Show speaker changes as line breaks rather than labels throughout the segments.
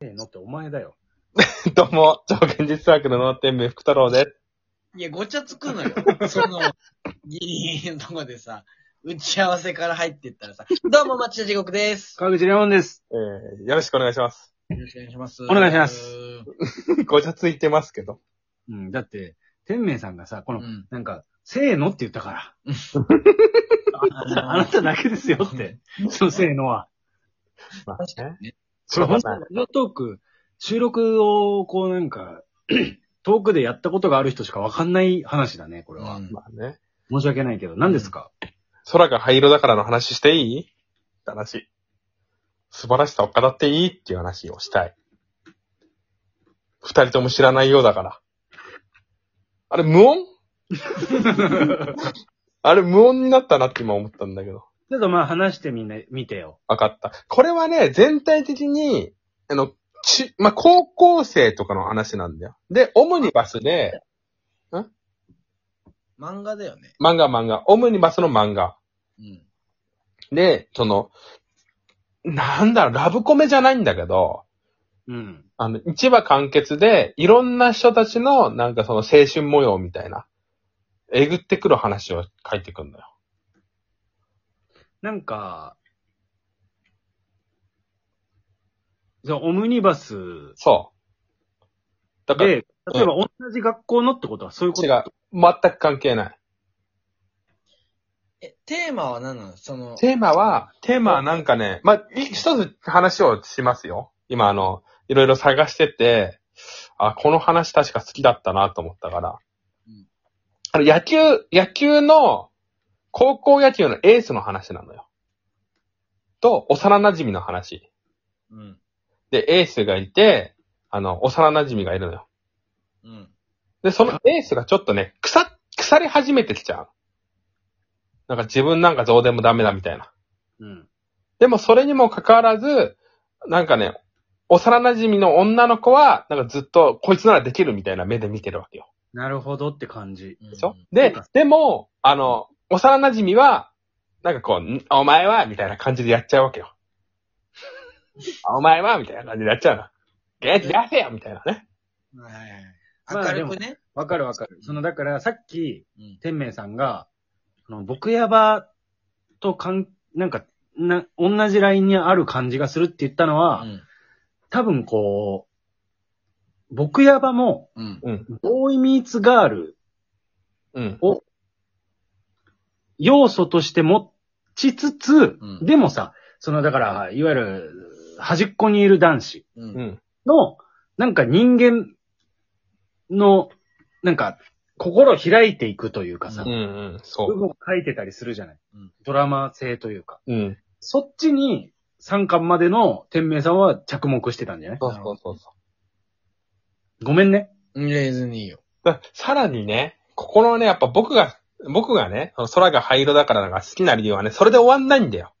せーのってお前だよ。
どうも、超現実サークルの天命福太郎です。
いや、ごちゃつくのよ。その、ギリギリのとこでさ、打ち合わせから入っていったらさ、どうも、町田地獄です。
川口レオンです。
えー、よろしくお願いします。
よろしくお願いします。お
願いします。
ごちゃついてますけど。
うん、だって、天明さんがさ、こ
う
の、
ん。
なんか、せーのって言ったから。あ
あ
な
の
ただけですよって。そのせーのは。
ま
確か
ね。
にね。
これ本当に、のトーク、収録を、こうなんか、 トークでやったことがある人しかわかんない話だね、これは。
うん
まあね。
申し訳ないけど、何ですか、
空が灰色だからの話していいって話。素晴らしさを語っていいっていう話をしたい。二人とも知らないようだから。あれ 無音あれ無音になったなって今思ったんだけど。
ちょっとまあ話してみんな、見てよ。
わかった。これはね、全体的に、あの、ち、まあ、高校生とかの話なんだよ。で、オムニバスで、
漫画だよね。
漫画漫画、オムニバスの漫画。
うん。
で、その、なんだろう、ラブコメじゃないんだけど、
うん。
あの、一話完結で、いろんな人たちの、なんかその青春模様みたいな、えぐってくる話を書いてくんだよ。
なんか、そう、オムニバス
そう。だから、違う。
で、例えば同じ学校のってことはそういうこと
全く関係ない。
え、テーマは何なのその、
テーマは、テーマはなんかね、まあ、い一つ話をしますよ。今あの、いろいろ探してて、あ、この話確か好きだったなと思ったから
うん。
あの、野球、野球の、高校野球のエースの話なのよ。と、幼馴染の話。
うん。
で、エースがいて、あの、幼馴染がいるのよ。
うん。
で、そのエースがちょっとね、腐、腐り始めてきちゃう。なんか自分なんかどうでもダメだみたいな。
うん。
でもそれにもかかわらず、なんかね、幼馴染の女の子は、なんかずっと、こいつならできるみたいな目で見てるわけよ。
なるほどって感じ。
うん
でしょ、
そう
で
か、
でも、あの、幼馴染は、なんかこう、んお前は、みたいな感じでやっちゃうわ けよ。お前は、みたいな感じでやっちゃうの。元気出せよみたいなね。
はいはいはい。
まあ
明るくね。
わかるわかる。その、だから、さっき、
うん。
天明さんが、その、僕やばとかん、なんか、な、同じラインにある感じがするって言ったのは、
うん
多分こう、僕やばも、
うん。
ボーイミーツガール
うん。
要素として持ちつつ、
うん
でもさ、そのだから、いわゆる、端っこにいる男子
う。
うんん。
の、なんか人間の、なんか、心を開いていくというかさ、
うん。うん。そ
部
う。
分を書いてたりするじゃない、
うん
ドラマ性というか。
うん。
そっちに、3巻までの天明さんは着目してたんじゃない
そうそうそうそう。
ごめんね。
入れずにいいよ。
ださらにね、ここのね、やっぱ僕が、僕がね、その空が灰色だからが好きな理由はね、それで終わんないんだよ。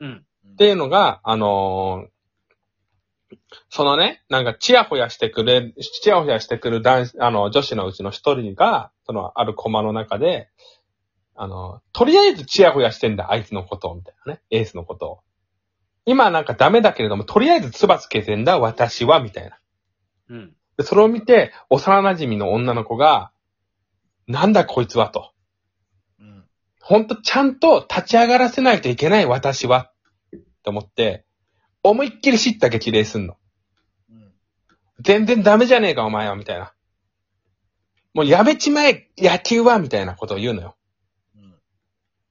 うん。
っていうのが、あのーそのね、なんか、チヤホヤしてくれ、チヤホヤしてくる男子、あの、女子のうちの一人が、その、あるコマの中で、あの、とりあえずチヤホヤしてんだ、あいつのことを、みたいなね、エースのことを。今なんかダメだけれども、とりあえずつばつけてんだ、私は、みたいな。
うん。
で、それを見て、幼馴染の女の子が、なんだこいつはと。
うん。
ほんとちゃんと立ち上がらせないといけない私は。って思って、思いっきり叱咤激励すんの。
うん。
全然ダメじゃねえかお前は、みたいな。もうやめちまえ、野球は、みたいなことを言うのよ。
うん。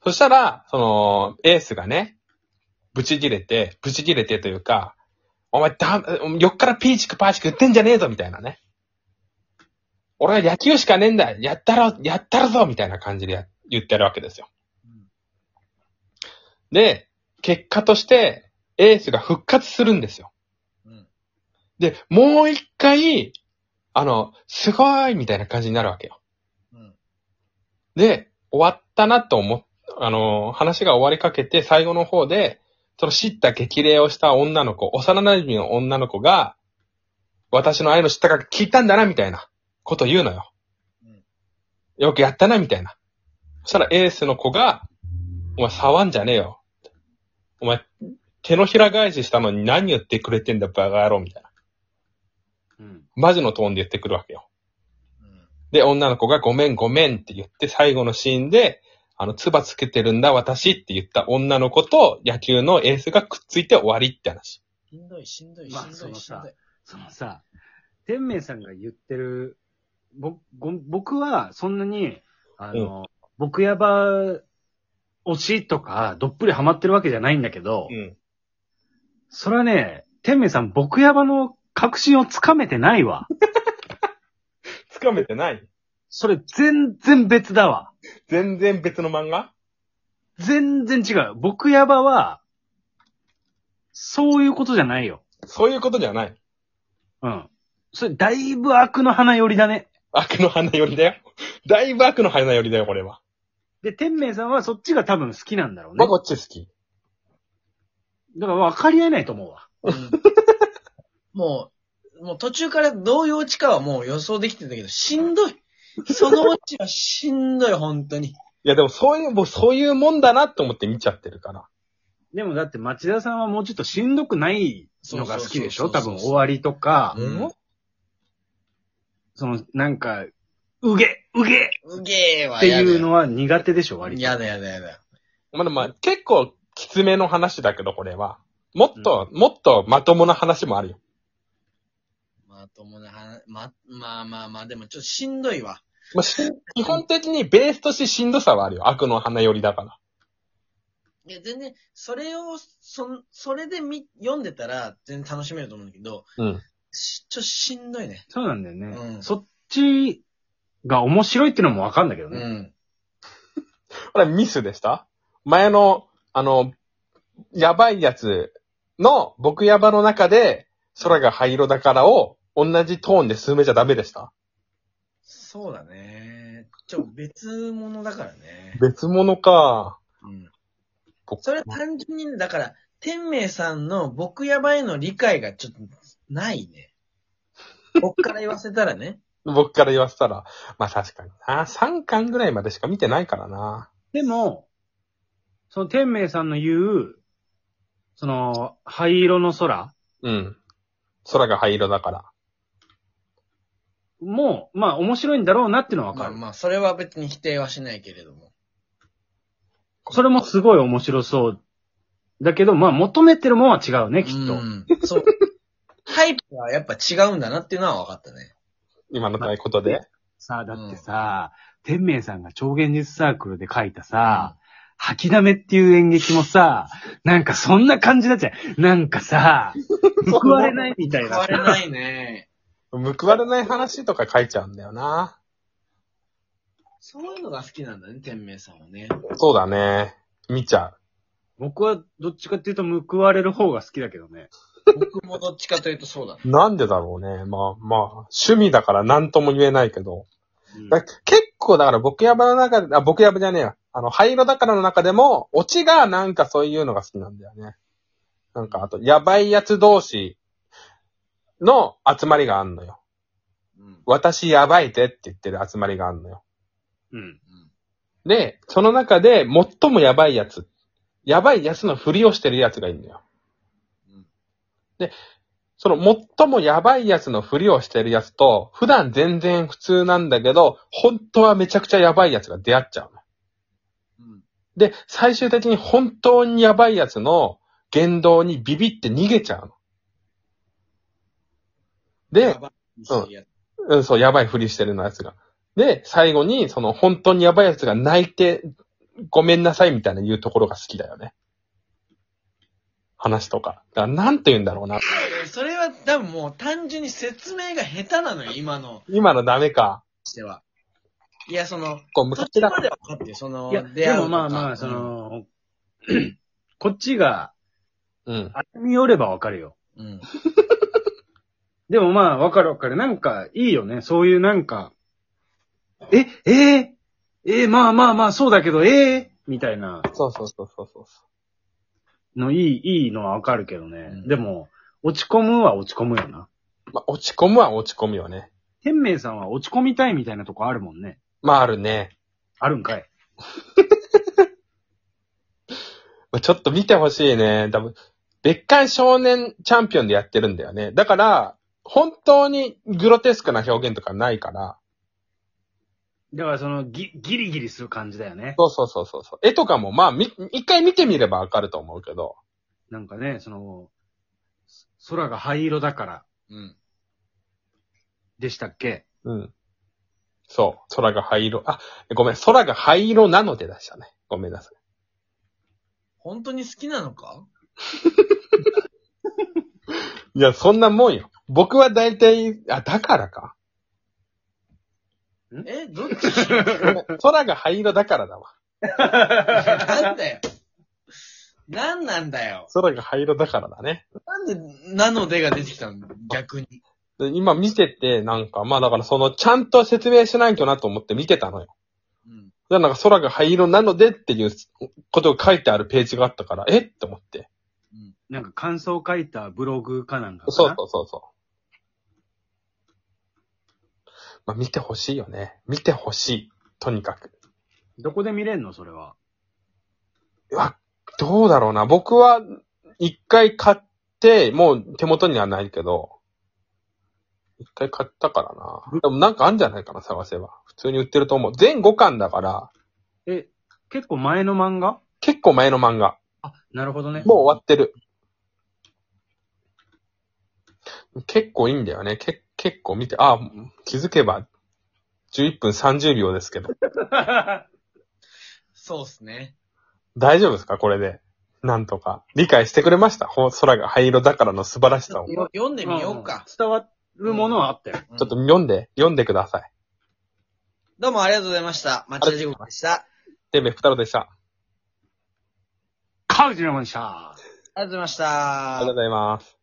そしたら、その、エースがね、ぶち切れて、ぶち切れてというか、お前だ、よっからピーチクパーチク言ってんじゃねえぞ、みたいなね。俺は野球しかねえんだやったら、やったらぞみたいな感じでや言ってるわけですよ。
うん
で、結果として、エースが復活するんですよ。
うん。
で、もう一回、あの、すごいみたいな感じになるわけよ。
うん。
で、終わったなと思っ、あのー話が終わりかけて、最後の方で、その叱咤激励をした女の子、幼馴染の女の子が、私の愛の知ったか聞いたんだな、みたいなこと言うのよ。
うん
よくやったな、みたいな。そしたらエースの子が、お前触んじゃねえよ。お前、手のひら返ししたのに何言ってくれてんだバカ野郎みたいな。
うん。
マジのトーンで言ってくるわけよ。
うん
で、女の子がごめんごめんって言って最後のシーンで、あの、唾つけてるんだ私って言った女の子と野球のエースがくっついて終わりって話。
しんどい、しんどい、し
まあ
ん
そ
どい、
の
しん
さ
どい。
そのさ、天明さんが言ってる、ぼ、ご、僕はそんなに、あの、僕やば推しとか、どっぷりハマってるわけじゃないんだけど、
うん。
それはね、天明さん僕やばの確信をつかめてないわ。
つかめてない
それ全然別だわ。
全然別の漫画
全然違う。僕やばは、そういうことじゃないよ。
そういうことじゃない。
うん。それだいぶ悪の花寄りだね。
悪の花よりだよ。だいぶ悪の花よりだよ、これは。
で、天明さんはそっちが多分好きなんだろうね
僕。こっち好き。
だから分かり合えないと思うわ。
うんもう、もう途中からどういうオチかはもう予想できてたけど、しんどい。そのオチはしんどい、本当に。
いや、でもそういう、もうそういうもんだなって思って見ちゃってるから。
でもだって町田さんはもうちょっとしんどくないのが好きでしょ
そうそ
多
うそうそう
分終わりとか、
うん
そのなんか、うげ、うげ
うげーは
って
やだよ
いうのは苦手でしょ割と。
やだやだやだ。
まだまあ、結構きつめの話だけど、これは。もっと、もっとまともな話もあるよ。
まともな話、ま、まあまあまあ、でもちょっとしんどいわ。
まあ、し基本的にベースとしてしんどさはあるよ。悪の花よりだから。
いや、全然、それを、そん、それでみ、読んでたら、全然楽しめると思うんだけど、
うん
しちょっとしんどいね。
そうなんだよね、
うん
そっちが面白いってのも分かんだけど
う
ね。
ん。
これはミスでした前の、あの、やばいやつの、僕やばの中で、空が灰色だからを、同じトーンで進めちゃダメでした
そうだね。ちょ、別物だからね。
別物か。
うん
僕
それは単純に、だから、天明さんの僕やばいの理解がちょっとな いね。僕から言わせたらね。
僕から言わせたら、まあ確かにな。3巻ぐらいまでしか見てないからな。
でも、その天明さんの言う、その、灰色の空
うん。空が灰色だから。
も、まあ面白いんだろうなってのは分
ま
か
あ
る。
まあ、それは別に否定はしないけれども。
それもすごい面白そう。だけど、まあ求めてるもんは違うね、きっと。
うん。そう。タイプはやっぱ違うんだなっていうのは分かったね。
今のということで。
さあ、だってさ、天明さんが超現実サークルで書いたさ、吐きだめっていう演劇もさ、なんかそんな感じだっちゃう。なんかさ、報われないみたい
変わ
な。
れないね。
報われない話とか書いちゃうんだよな。
そういうのが好きなんだね、天明さんはね。
そうだね。見ちゃ
僕はどっちかっていうと報われる方が好きだけどね。
僕もどっちかというとそうだね。
う。なんでだろうね。まあまあ、趣味だから何とも言えないけど。
うん
だ結構だから僕やばの中で、あ、僕やばじゃねえや。あの、灰色だからの中でも、オチがなんかそういうのが好きなんだよね。なんかあと、やばいやつ同士の集まりがあんのよ。
うん。
私やばいぜって言ってる集まりがあんのよ。
うん。
で、その中で最もやばいやつ、やばいやつのふりをしてるやつがいるのよ。
うん。
その最もやばいやつのふりをしてるやつと、普段全然普通なんだけど、本当はめちゃくちゃやばいやつが出会っちゃうの。
うん。
で、最終的に本当にやばいやつの言動にビビって逃げちゃうの。で
や、ばいしや
うん、そう、やばいふりしてるのやつが。で、最後に、その本当にやばいやつが泣いて、ごめんなさいみたいな言うところが好きだよね。話とか。だから、なんて言うんだろうな。
それは多分もう単純に説明が下手なのよ、今の
今のダメか。
しては。いや、その、
こう、
途
昔
中
だ
までは分かってよ、その、
いや、
出
で
会う
も
とか
まあまあ、そ、の、 こっちが
うん。
歩み寄ればわかるよ。
うん。うん
でもまあ、わかるわかる。なんか、いいよね。そういうなんか、え、えー、えー、まあまあまあ、そうだけど、ええみたいな
そうそうそうそうそう。
のいい、いいのはわかるけどね。
うん
でも、落ち込むは落ち込むよな。
まあ、落ち込むは落ち込むよね。
天明さんは落ち込みたいみたいなとこあるもんね。
まあ、あるね。
あるんかい。
まあちょっと見てほしいね。多分、月刊少年チャンピオンでやってるんだよね。だから、本当にグロテスクな表現とかないから、
だからそのギ、ギリギリする感じだよね。
そうそうそうそうそう。絵とかもまあ、み、一回見てみればわかると思うけど、
なんかね、その、そ空が灰色だから、
うん。
でしたっけ
うん。そう。空が灰色。あ、ごめん。空が灰色なのででしたね。ごめんなさい。
本当に好きなのか
いや、そんなもんよ。僕は大体、あ、だからか。
えどっち
空が灰色だからだわ。
なんだよ。なんなんだよ。
空が灰色だからだね。
なんで、なのでが出てきたの逆に。
で今見てて、なんか、まあだからその、ちゃんと説明しないとなと思って見てたのよ。
うん。
でなんか空が灰色なのでっていうことが書いてあるページがあったから、えって思って。
うん。
なんか感想を書いたブログかなんかかな
そうそうそうそう。まあ見てほしいよね。見てほしい。とにかく。
どこで見れんのそれは。
うわ、どうだろうな。僕は、一回買って、もう手元にはないけど、一回買ったからな。でもなんかあんじゃないかな、探せば。普通に売ってると思う。全5巻だから、
え、結構前の漫画
結構前の漫画。
あ、なるほどね。
もう終わってる。結構いいんだよね。け結構見て、あ、気づけば、11分30秒ですけど。
そうっすね。
大丈夫ですかこれで。なんとか。理解してくれましたほ空が灰色だからの素晴らしさを。ち
よ読んでみようか。
伝わるものはあったよ。
ちょ
ょっと読んで、読んでください。
どうもありがとうございました。町田地獄でした。
デメフ太郎でした。あ
カウジのマンシャー。
ありがとうございまし
り
た
がとう。ございます。